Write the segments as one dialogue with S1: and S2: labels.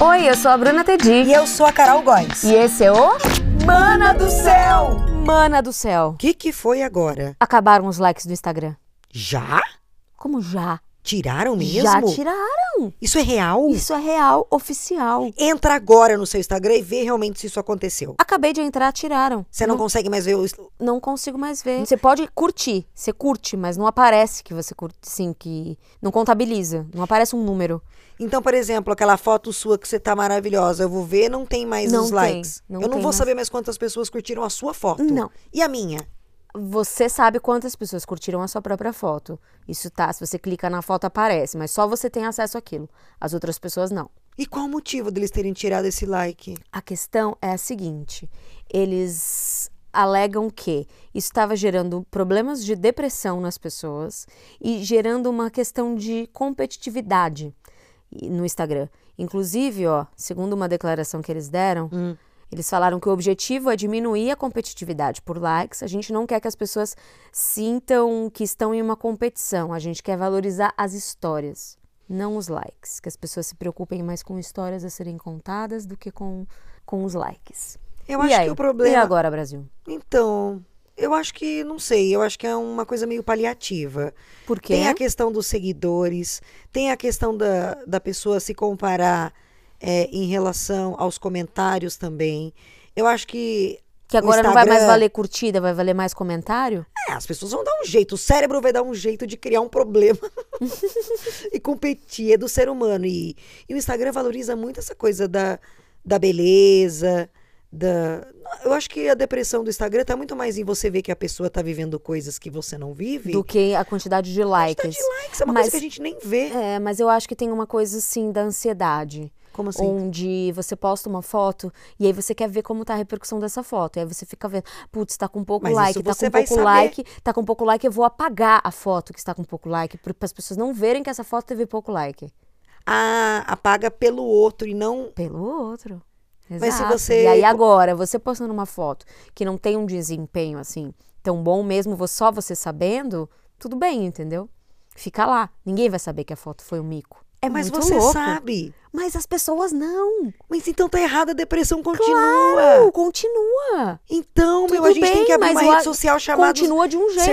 S1: Oi, eu sou a Bruna Tedi.
S2: E eu sou a Carol Góes.
S1: E esse é o
S2: Mana do Céu!
S1: Mana do Céu.
S2: O que, que foi agora?
S1: Acabaram os likes do Instagram.
S2: Já?
S1: Como já?
S2: Tiraram mesmo?
S1: Já tiraram.
S2: Isso é real?
S1: Isso é real, oficial.
S2: Entra agora no seu Instagram e vê realmente se isso aconteceu.
S1: Acabei de entrar, tiraram.
S2: Você não, consegue mais ver o...
S1: Não consigo mais ver. Você pode curtir, você curte, mas não aparece que você curte, sim, que não contabiliza, não aparece um número.
S2: Então, por exemplo, aquela foto sua que você tá maravilhosa, eu vou ver, não tem mais
S1: Não
S2: os
S1: tem,
S2: likes.
S1: não
S2: eu não
S1: tem
S2: vou
S1: mais.
S2: saber mais quantas pessoas curtiram a sua foto.
S1: Não.
S2: E a minha?
S1: Você sabe quantas pessoas curtiram a sua própria foto. Isso tá, se você clica na foto aparece, mas só você tem acesso àquilo. As outras pessoas não.
S2: E qual o motivo deles terem tirado esse like?
S1: A questão é a seguinte: eles alegam que isso estava gerando problemas de depressão nas pessoas e gerando uma questão de competitividade e- no Instagram. Inclusive, ó, segundo uma declaração que eles deram, eles falaram que o objetivo é diminuir a competitividade por likes. A gente não quer que as pessoas sintam que estão em uma competição. A gente quer valorizar as histórias, não os likes. Que as pessoas se preocupem mais com histórias a serem contadas do que com, com os likes.
S2: Eu
S1: E
S2: acho
S1: aí?
S2: que o problema.
S1: E agora, Brasil?
S2: Então, eu acho que, não sei, eu acho que é uma coisa meio paliativa.
S1: Por quê?
S2: Tem a questão dos seguidores, tem a questão da, da pessoa se comparar é, em relação aos comentários também. Eu acho que
S1: Que
S2: o
S1: agora não vai mais
S2: Instagram-
S1: valer curtida, vai valer mais comentário?
S2: é, as pessoas vão dar um jeito, o cérebro vai dar um jeito de criar um problema e competir, é do ser humano. E, e o Instagram valoriza muito essa coisa da, da beleza, da... Eu acho que a depressão do Instagram tá muito mais em você ver que a pessoa tá vivendo coisas que você não vive.
S1: Do que a quantidade de likes.
S2: Likes é uma
S1: Mas-
S2: coisa que a gente nem vê.
S1: É, mas eu acho que tem uma coisa assim da ansiedade.
S2: Como assim?
S1: Onde você posta uma foto e aí você quer ver como tá a repercussão dessa foto. E aí você fica vendo, putz, tá com pouco
S2: Mas isso
S1: like, tá
S2: você
S1: com
S2: vai
S1: pouco
S2: saber.
S1: like, tá com pouco like, eu vou apagar a foto que está com um pouco like, para as pessoas não verem que essa foto teve pouco like.
S2: Ah, apaga pelo outro e não.
S1: Pelo outro. Exato.
S2: Mas se você-
S1: E aí agora, você postando uma foto que não tem um desempenho assim tão bom mesmo, vo- só você sabendo, tudo bem, entendeu? Fica lá. Ninguém vai saber que a foto foi um mico. É
S2: mas
S1: muito
S2: você
S1: louco.
S2: sabe.
S1: Mas as pessoas não.
S2: Mas então tá errado, a depressão continua.
S1: Não, continua.
S2: Então, meu, a
S1: Tudo
S2: gente tem
S1: bem,
S2: que abrir
S1: mas
S2: uma
S1: o a-
S2: rede social chamada
S1: continua de um jeito, mas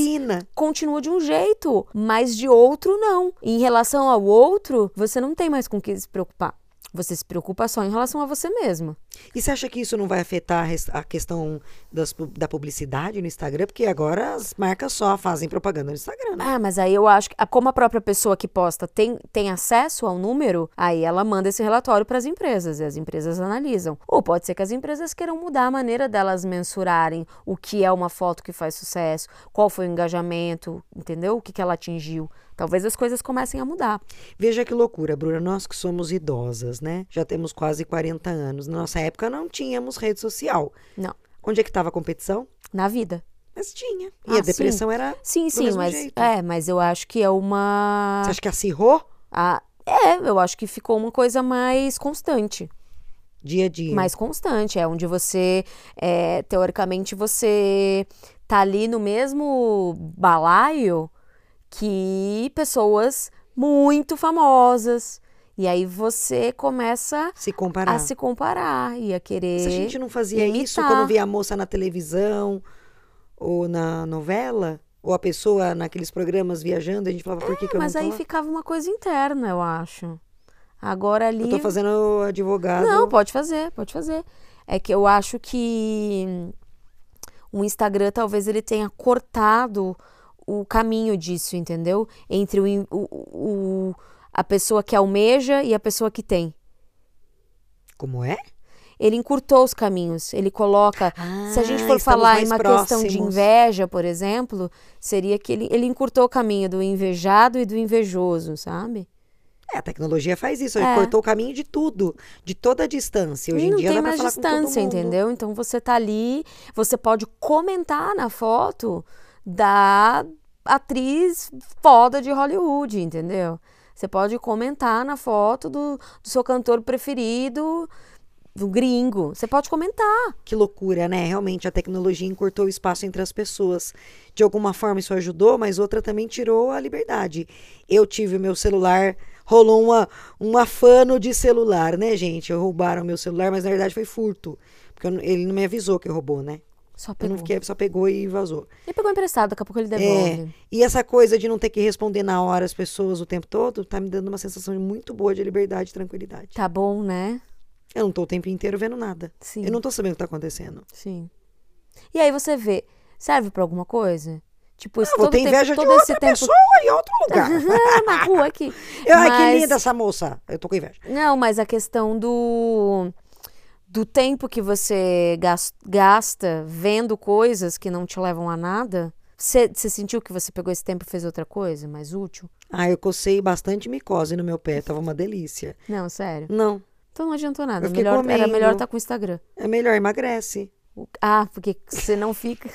S2: sertralina.
S1: continua de um jeito, mas de outro não. Em relação ao outro, você não tem mais com o que se preocupar. Você se preocupa só em relação a você mesma.
S2: E você acha que isso não vai afetar a res- a questão das pu- da publicidade no Instagram? Porque agora as marcas só fazem propaganda no Instagram, né?
S1: Ah, mas aí eu acho que, ah, como a própria pessoa que posta tem, tem acesso ao número, aí ela manda esse relatório para as empresas e as empresas analisam. Ou pode ser que as empresas queiram mudar a maneira delas mensurarem o que é uma foto que faz sucesso, qual foi o engajamento, entendeu? O que, que ela atingiu. Talvez as coisas comecem a mudar.
S2: Veja que loucura, Bruna. Nós que somos idosas, né? Já temos quase 40 anos. Na nossa época não tínhamos rede social.
S1: Não.
S2: Onde é que estava a competição?
S1: Na vida.
S2: Mas tinha. E
S1: Ah,
S2: a
S1: sim.
S2: depressão era.
S1: Sim, sim,
S2: mesmo
S1: mas
S2: jeito.
S1: é, mas eu acho que é uma
S2: Você acha que acirrou?
S1: a- é, eu acho que ficou uma coisa mais constante,
S2: Dia a dia.
S1: mais constante, é onde você é, teoricamente você tá ali no mesmo balaio que pessoas muito famosas. E aí você começa
S2: se comparar.
S1: a se comparar e a querer
S2: Se a gente não fazia isso
S1: imitar.
S2: quando via a moça na televisão ou na novela, ou a pessoa naqueles programas viajando, a gente falava, por que, que eu
S1: Ah, mas
S2: não tô
S1: aí
S2: lá?
S1: ficava uma coisa interna, eu acho. Agora ali
S2: Eu tô fazendo advogado.
S1: Não, pode fazer, pode fazer. É que eu acho que hum, o Instagram talvez ele tenha cortado o caminho disso, entendeu? Entre o, in- o- o- o- a pessoa que almeja e a pessoa que tem.
S2: Como é?
S1: Ele encurtou os caminhos, ele coloca. Se a gente
S2: Ah,
S1: for
S2: estamos
S1: falar em
S2: mais
S1: uma questão de
S2: próximos.
S1: inveja, por exemplo, seria que ele, ele encurtou o caminho do invejado e do invejoso, sabe?
S2: É, a tecnologia faz isso,
S1: É.
S2: ele cortou o caminho de tudo, de toda a distância. Hoje em
S1: não
S2: dia
S1: tem
S2: dá pra
S1: mais
S2: falar com todo
S1: distância,
S2: mundo.
S1: entendeu? Então você tá ali, você pode comentar na foto da atriz foda de Hollywood, entendeu? Você pode comentar na foto do, do seu cantor preferido do gringo. Você pode comentar.
S2: Que loucura, né? Realmente a tecnologia encurtou o espaço entre as pessoas. De alguma forma isso ajudou, mas outra também tirou a liberdade. Eu tive o meu celular, rolou uma, um afano de celular, né, gente? Roubaram meu celular, mas na verdade foi furto. Porque eu não- ele não me avisou que roubou, né?
S1: Só
S2: Eu
S1: pegou.
S2: não fiquei, só pegou e vazou.
S1: Ele pegou emprestado, daqui a pouco ele
S2: É,
S1: devolve.
S2: e essa coisa de não ter que responder na hora as pessoas o tempo todo, tá me dando uma sensação muito boa de liberdade e tranquilidade.
S1: Tá bom, né?
S2: Eu não tô o tempo inteiro vendo nada.
S1: Sim.
S2: Eu não tô sabendo o que tá acontecendo.
S1: Sim. E aí você vê, serve pra alguma coisa? Tipo, esse
S2: Eu Ah, vou
S1: todo
S2: ter
S1: tempo,
S2: inveja
S1: todo
S2: de
S1: esse
S2: outra
S1: tempo Ah,
S2: pessoa em outro lugar.
S1: na rua aqui.
S2: Eu, Ai, que
S1: Mas-
S2: linda essa moça. Eu tô com inveja.
S1: Não, mas a questão do do tempo que você gas- gasta vendo coisas que não te levam a nada. Você você sentiu que você pegou esse tempo e fez outra coisa mais útil?
S2: Ah, eu cocei bastante micose no meu pé. Tava uma delícia.
S1: Não, sério.
S2: Não,
S1: Então não adiantou
S2: Eu
S1: nada.
S2: fiquei
S1: Melhor, era
S2: comendo.
S1: melhor estar com o Instagram.
S2: é melhor, emagrece.
S1: O- Ah, porque você não fica.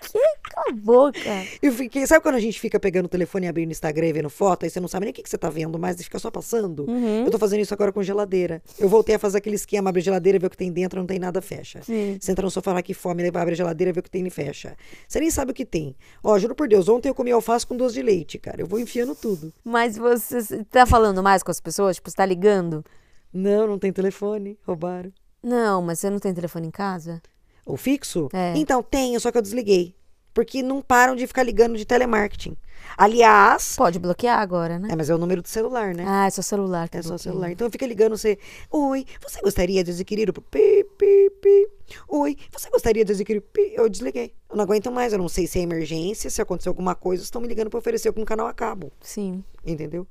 S1: que cala a boca.
S2: Eu fiquei, sabe quando a gente fica pegando o telefone e abrindo o Instagram e vendo foto? Aí você não sabe nem o que, que você tá vendo, mas fica só passando.
S1: Uhum.
S2: Eu tô fazendo isso agora com geladeira. Eu voltei a fazer aquele esquema, abre a geladeira, ver o que tem dentro, não tem nada, fecha.
S1: Sim.
S2: Você entra no sofá, fala que fome, leva, abre a geladeira, vê o que tem e fecha. Você nem sabe o que tem. Ó, juro por Deus, ontem eu comi alface com doce de leite, cara. Eu vou enfiando tudo.
S1: Mas você você tá falando mais com as pessoas? Tipo, você tá ligando?
S2: Não, não tem telefone, roubaram.
S1: Não, mas você não tem telefone em casa?
S2: O fixo?
S1: É.
S2: Então, tenho, só que eu desliguei. Porque não param de ficar ligando de telemarketing. Aliás,
S1: Pode bloquear agora, né?
S2: é, mas é o número do celular, né?
S1: Ah, é só celular que
S2: É só
S1: bloqueia.
S2: celular. Então fica ligando você. Oi, você gostaria de adquirir o pi, pi, pi? Oi, você gostaria de adquirir o pi? Eu desliguei. Eu não aguento mais, eu não sei se é emergência, se aconteceu alguma coisa, estão me ligando para oferecer algum canal a cabo,
S1: Sim.
S2: entendeu?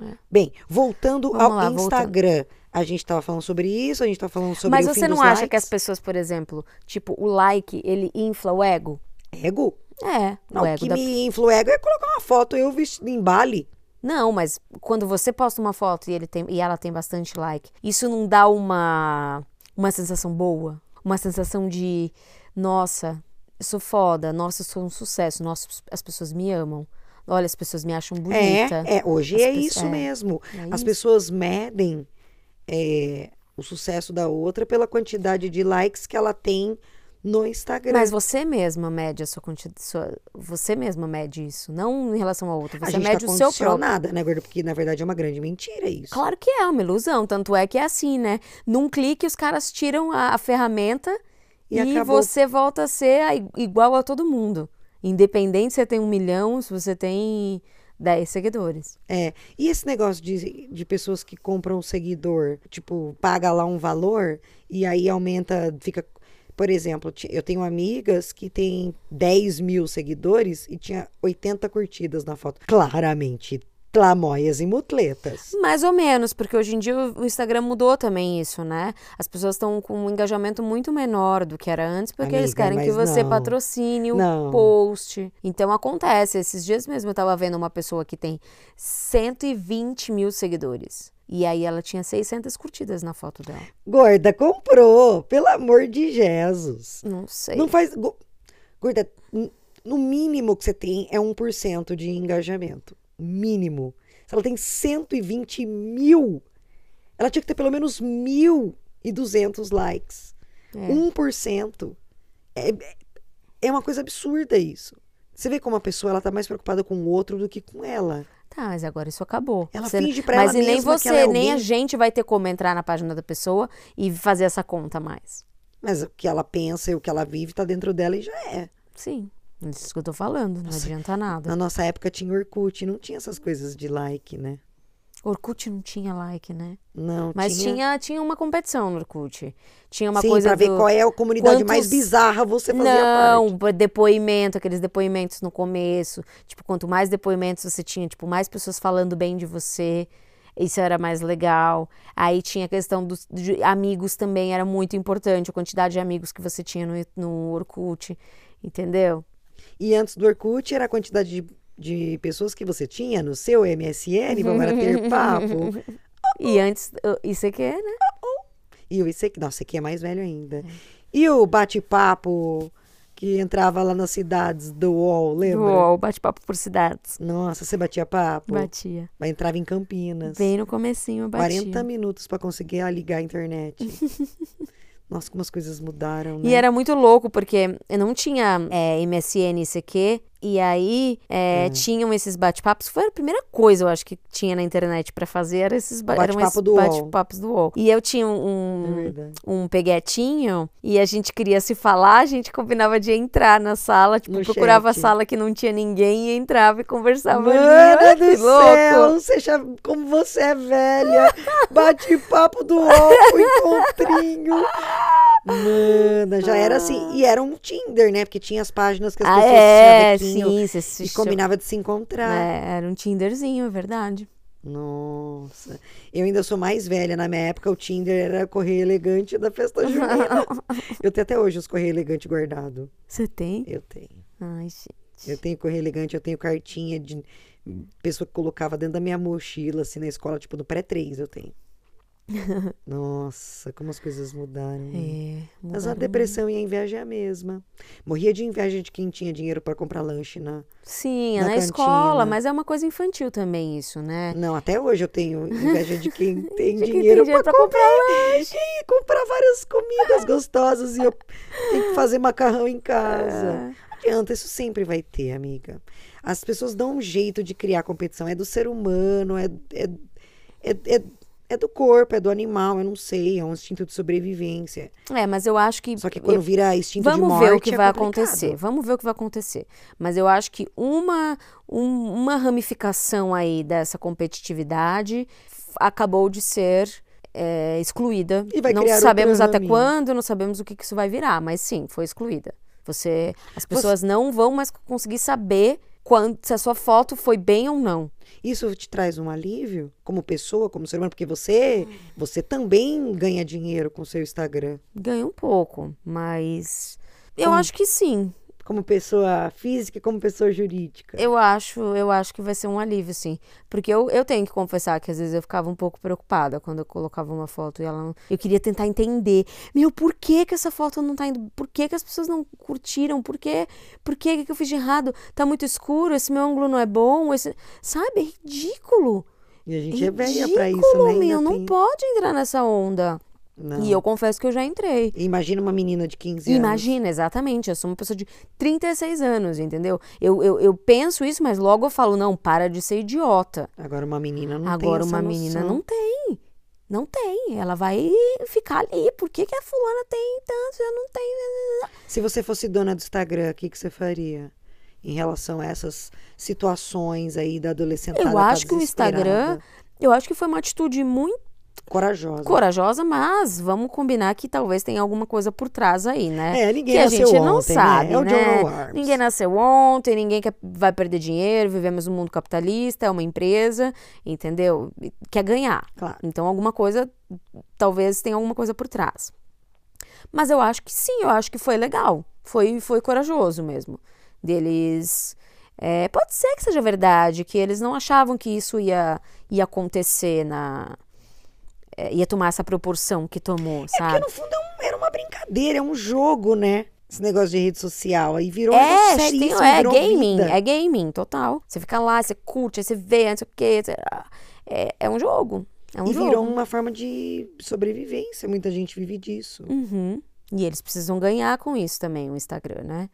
S1: É.
S2: Bem, voltando
S1: Vamos
S2: ao
S1: lá, voltando.
S2: Instagram. A gente tava falando sobre isso, a gente tava falando sobre
S1: Mas
S2: o fim
S1: você não
S2: dos
S1: acha que as
S2: likes.
S1: pessoas, por exemplo, tipo, o like, ele infla o ego?
S2: Ego?
S1: É,
S2: Não,
S1: o
S2: o
S1: ego
S2: que
S1: da...
S2: me inflou ego é colocar uma foto eu vestido em Bali.
S1: Não, mas quando você posta uma foto e, ele tem, e ela tem bastante like, isso não dá uma, uma sensação boa? Uma sensação de, nossa, eu sou foda, nossa, eu sou um sucesso, nossa, as pessoas me amam. Olha, as pessoas me acham bonita.
S2: É, é, hoje
S1: As
S2: é
S1: pessoas-
S2: isso
S1: é.
S2: mesmo.
S1: É
S2: As
S1: isso.
S2: pessoas medem é, o sucesso da outra pela quantidade de likes que ela tem no Instagram.
S1: Mas você mesma mede a sua quantidade. Sua, você mesma mede isso, não em relação ao outro.
S2: a
S1: Você
S2: gente
S1: mede
S2: tá
S1: o seu próprio.
S2: condicionada, né, gordo? Porque na verdade é uma grande mentira isso.
S1: Claro que é uma ilusão, tanto é que é assim, né? Num clique os caras tiram a, a ferramenta
S2: E
S1: e,
S2: acabou.
S1: você volta a ser a- igual a todo mundo. Independente se você tem um milhão, se você tem 10 seguidores.
S2: É. E esse negócio de, de pessoas que compram um seguidor, tipo, paga lá um valor e aí aumenta, fica. Por exemplo, ti- eu tenho amigas que têm 10 mil seguidores e tinha 80 curtidas na foto. Claramente, tlamóias e mutletas.
S1: Mais ou menos, porque hoje em dia o Instagram mudou também isso, né? As pessoas estão com um engajamento muito menor do que era antes, porque eles
S2: Amiga,
S1: querem que
S2: mas
S1: você
S2: não.
S1: patrocine o
S2: Não.
S1: post. Então acontece. Esses dias mesmo eu tava vendo uma pessoa que tem 120 mil seguidores. E aí ela tinha 600 curtidas na foto dela.
S2: Gorda comprou, pelo amor de Jesus.
S1: Não sei.
S2: Não faz. go- Gorda, n- no mínimo que você tem é 1% de engajamento. Mínimo. Se ela tem 120 mil, ela tinha que ter pelo menos 1.200 likes.
S1: É.
S2: 1%. É, é uma coisa absurda isso. Você vê como a pessoa ela tá mais preocupada com o outro do que com ela.
S1: Tá, mas agora isso acabou.
S2: Ela
S1: Você-
S2: finge pra
S1: mas
S2: ela
S1: e nem
S2: mesma
S1: você,
S2: que ela é
S1: nem a
S2: alguém.
S1: gente vai ter como entrar na página da pessoa e fazer essa conta mais.
S2: Mas o que ela pensa e o que ela vive tá dentro dela e já é.
S1: Sim. Isso que eu tô falando, não
S2: Nossa.
S1: adianta nada.
S2: Na nossa época tinha Orkut, não tinha essas coisas de like, né?
S1: Orkut não tinha like, né?
S2: Não,
S1: Mas
S2: tinha.
S1: tinha, tinha uma competição no Orkut. Tinha uma
S2: Sim,
S1: coisa
S2: pra ver
S1: do...
S2: qual é a comunidade mais
S1: quantos-
S2: bizarra você fazia parte.
S1: Não, depoimento, aqueles depoimentos no começo. Tipo, quanto mais depoimentos você tinha, tipo, mais pessoas falando bem de você. Isso era mais legal. Aí tinha a questão dos de amigos também, era muito importante a quantidade de amigos que você tinha no, no Orkut, entendeu?
S2: E antes do Orkut era a quantidade de, de pessoas que você tinha no seu MSN, vamos bater papo.
S1: E antes, uh, isso aqui é, né?
S2: E o ICQ, nossa, esse aqui é mais velho ainda. E o bate-papo, que entrava lá nas cidades do UOL, lembra?
S1: Uou, Tipo, bate-papo por cidades.
S2: Nossa, você batia papo.
S1: Batia.
S2: Mas entrava em Campinas.
S1: Bem no comecinho, eu batia.
S2: 40 minutos pra conseguir ah, ligar a internet. Nossa, como as coisas mudaram, né?
S1: E era muito louco, porque eu não tinha é, MSN e CQ, e aí é,
S2: Hum.
S1: tinham esses bate-papos. Foi a primeira coisa, eu acho, que tinha na internet pra fazer, era esses ba- eram
S2: Bate-papo
S1: esses
S2: do UOL.
S1: bate-papos do UOL. E eu tinha
S2: É
S1: um,
S2: verdade.
S1: um peguetinho, e a gente queria se falar, a gente combinava de entrar na sala, tipo,
S2: No
S1: procurava
S2: chat.
S1: a sala que não tinha ninguém, e entrava e conversava ali. Olha
S2: Mano
S1: que
S2: do céu, seja como você é velha. Bate-papo do álcool, encontrinho. Mana, já era assim. E era um Tinder, né? Porque tinha as páginas que as
S1: Ah,
S2: pessoas
S1: é,
S2: tinham
S1: sim, você se
S2: e
S1: chama-
S2: combinava de se encontrar.
S1: É, era um Tinderzinho, é verdade.
S2: Nossa, eu ainda sou mais velha. Na minha época, o Tinder era correio elegante da festa junina. eu tenho até hoje os correio elegante guardado.
S1: Você tem?
S2: Eu tenho.
S1: Ai, gente.
S2: Eu tenho correio elegante, eu tenho cartinha de pessoa que colocava dentro da minha mochila, assim, na escola, tipo, no pré-3 eu tenho. Nossa, como as coisas mudaram. né?
S1: É,
S2: Mas a
S1: mudaram.
S2: depressão e a inveja é a mesma. Morria de inveja de quem tinha dinheiro pra comprar lanche na.
S1: Sim, é
S2: na
S1: na, escola,
S2: cantina.
S1: mas é uma coisa infantil também isso, né?
S2: Não, até hoje eu tenho inveja de quem tem
S1: De quem tem
S2: dinheiro
S1: dinheiro pra
S2: pra comprar lanche e comprar várias comidas gostosas e eu tenho que fazer macarrão em
S1: Ah,
S2: casa. adianta, isso sempre vai ter, amiga. As pessoas dão um jeito de criar competição. É do ser humano, é, é, é, é, é do corpo, é do animal, eu não sei. É um instinto de sobrevivência.
S1: É, mas eu acho que
S2: Só que quando vira instinto de
S1: Vamos
S2: morte,
S1: ver o que
S2: é
S1: vai
S2: complicado.
S1: acontecer. Vamos ver o que vai acontecer. Mas eu acho que uma, um- uma ramificação aí dessa competitividade f- acabou de ser é, excluída.
S2: E vai
S1: não
S2: criar outra
S1: sabemos até
S2: raminha.
S1: quando, não sabemos o que, que isso vai virar, mas sim, foi excluída. Você, as pessoas não vão mais conseguir saber quando, se a sua foto foi bem ou não.
S2: Isso te traz um alívio como pessoa, como ser humano, porque você, você também ganha dinheiro com o seu Instagram.
S1: Ganha um pouco, mas eu
S2: Como?
S1: acho que sim.
S2: Como pessoa física e como pessoa jurídica.
S1: Eu acho, eu acho que vai ser um alívio, sim. Porque eu, eu tenho que confessar que às vezes eu ficava um pouco preocupada quando eu colocava uma foto e ela não... Eu queria tentar entender. Meu, por que que essa foto não tá indo? Por que que as pessoas não curtiram? Por que? Por que que eu fiz de errado? Tá muito escuro, esse meu ângulo não é bom, esse... Sabe? É ridículo.
S2: E a gente é
S1: Ridículo,
S2: velha pra isso, né? Ainda
S1: meu. Não
S2: tem-
S1: pode entrar nessa onda.
S2: Não.
S1: E eu confesso que eu já entrei.
S2: Imagina uma menina de 15 anos.
S1: Imagina, exatamente. Eu sou uma pessoa de 36 anos, entendeu? Eu, eu, eu penso isso, mas logo eu falo, não, para de ser idiota.
S2: Agora uma menina não tem
S1: Agora
S2: essa
S1: uma menina
S2: noção.
S1: não tem. Não tem. Ela vai ficar ali. Por que, que a fulana tem tanto? Eu não tenho.
S2: Se você fosse dona do Instagram, o que, que você faria em relação a essas situações aí da adolescentada?
S1: Eu
S2: tá
S1: acho que o Instagram-
S2: desesperada,
S1: Eu acho que foi uma atitude muito
S2: Corajosa.
S1: corajosa, mas vamos combinar que talvez tenha alguma coisa por trás aí, né?
S2: É, ninguém
S1: que a
S2: nasceu
S1: gente não
S2: ontem,
S1: sabe,
S2: né? É o
S1: né?
S2: John Arms.
S1: Ninguém nasceu ontem, ninguém quer, vai perder dinheiro, vivemos num mundo capitalista, é uma empresa, entendeu? Quer ganhar.
S2: Claro.
S1: Então, alguma coisa, talvez tenha alguma coisa por trás. Mas eu acho que sim, eu acho que foi legal. Foi, foi corajoso mesmo. Deles. é, pode ser que seja verdade, que eles não achavam que isso ia, ia acontecer na. é, ia tomar essa proporção que tomou,
S2: Porque
S1: sabe?
S2: no fundo é um- era uma brincadeira, é um jogo, né? Esse negócio de rede social. Aí virou um
S1: É,
S2: negócio seríssimo,
S1: tem- é
S2: virou
S1: gaming,
S2: vida.
S1: é gaming, total. Você fica lá, você curte, aí você vê, não sei o quê. você- É, é um jogo. É um
S2: e
S1: jogo.
S2: virou uma forma de sobrevivência. Muita gente vive disso.
S1: Uhum. E eles precisam ganhar com isso também, o Instagram, né?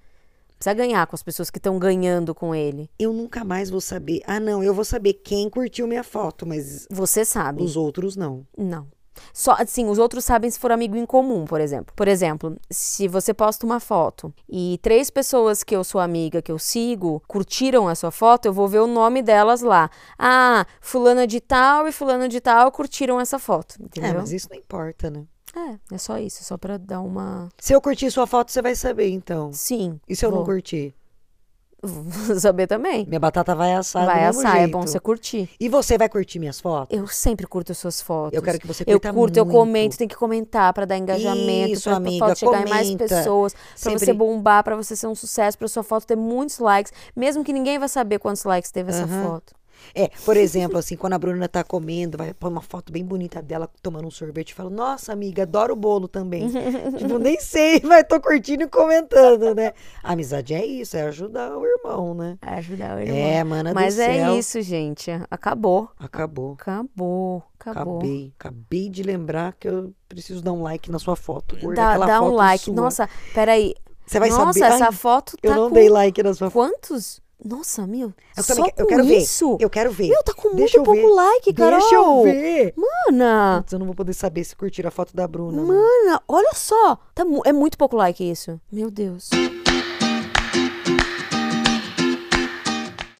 S1: Precisa ganhar com as pessoas que estão ganhando com ele.
S2: Eu nunca mais vou saber. Ah, não, eu vou saber quem curtiu minha foto, mas
S1: Você sabe.
S2: os outros não.
S1: Não. Só assim, os outros sabem se for amigo em comum, por exemplo. Por exemplo, se você posta uma foto e três pessoas que eu sou amiga, que eu sigo, curtiram a sua foto, eu vou ver o nome delas lá. Ah, fulana de tal e fulana de tal curtiram essa foto,
S2: É,
S1: entendeu?
S2: mas isso não importa, né?
S1: É, é só isso, só pra dar uma.
S2: Se eu curtir sua foto, você vai saber, então.
S1: Sim.
S2: E se eu não
S1: vou-
S2: curtir?
S1: Vou saber também.
S2: Minha batata vai assar do
S1: Vai
S2: mesmo
S1: assar, é
S2: jeito.
S1: bom você curtir.
S2: E você vai curtir minhas fotos?
S1: Eu sempre curto suas fotos.
S2: Eu quero que você
S1: Eu
S2: curta
S1: curto,
S2: muito.
S1: eu comento, tem que comentar pra dar engajamento,
S2: Isso,
S1: pra sua
S2: amiga,
S1: foto chegar em mais
S2: comenta.
S1: pessoas, pra
S2: Sempre-
S1: você bombar, pra você ser um sucesso, pra sua foto ter muitos likes, mesmo que ninguém vai saber quantos likes teve essa
S2: Aham.
S1: foto.
S2: É, por exemplo, assim, quando a Bruna tá comendo, vai pôr uma foto bem bonita dela tomando um sorvete e fala: Nossa, amiga, adoro o bolo também. tipo, nem sei, mas tô curtindo e comentando, né? A amizade é isso, é ajudar o irmão, né?
S1: Ajudar o irmão.
S2: É, mana
S1: Mas
S2: do
S1: é
S2: céu.
S1: isso, gente. Acabou.
S2: Acabou.
S1: Acabou. Acabou.
S2: Acabei. Acabei de lembrar que eu preciso dar um like na sua foto. gorda,
S1: Dá,
S2: aquela
S1: dá um
S2: foto
S1: like.
S2: sua.
S1: Nossa, peraí.
S2: Você vai
S1: Nossa,
S2: saber.
S1: essa
S2: Ai,
S1: foto
S2: eu
S1: tá
S2: não
S1: com
S2: dei like na sua foto.
S1: quantos? Nossa, meu.
S2: Eu
S1: só
S2: também que- eu
S1: com
S2: quero ver.
S1: isso?
S2: Eu quero ver.
S1: Meu, tá com
S2: Deixa eu
S1: muito pouco
S2: ver.
S1: like, Carol.
S2: Deixa eu ver.
S1: Mana,
S2: Putz, eu não vou poder saber se curtiram a foto da Bruna. mano.
S1: mana, olha só. Tá mu- é muito pouco like isso. Meu Deus.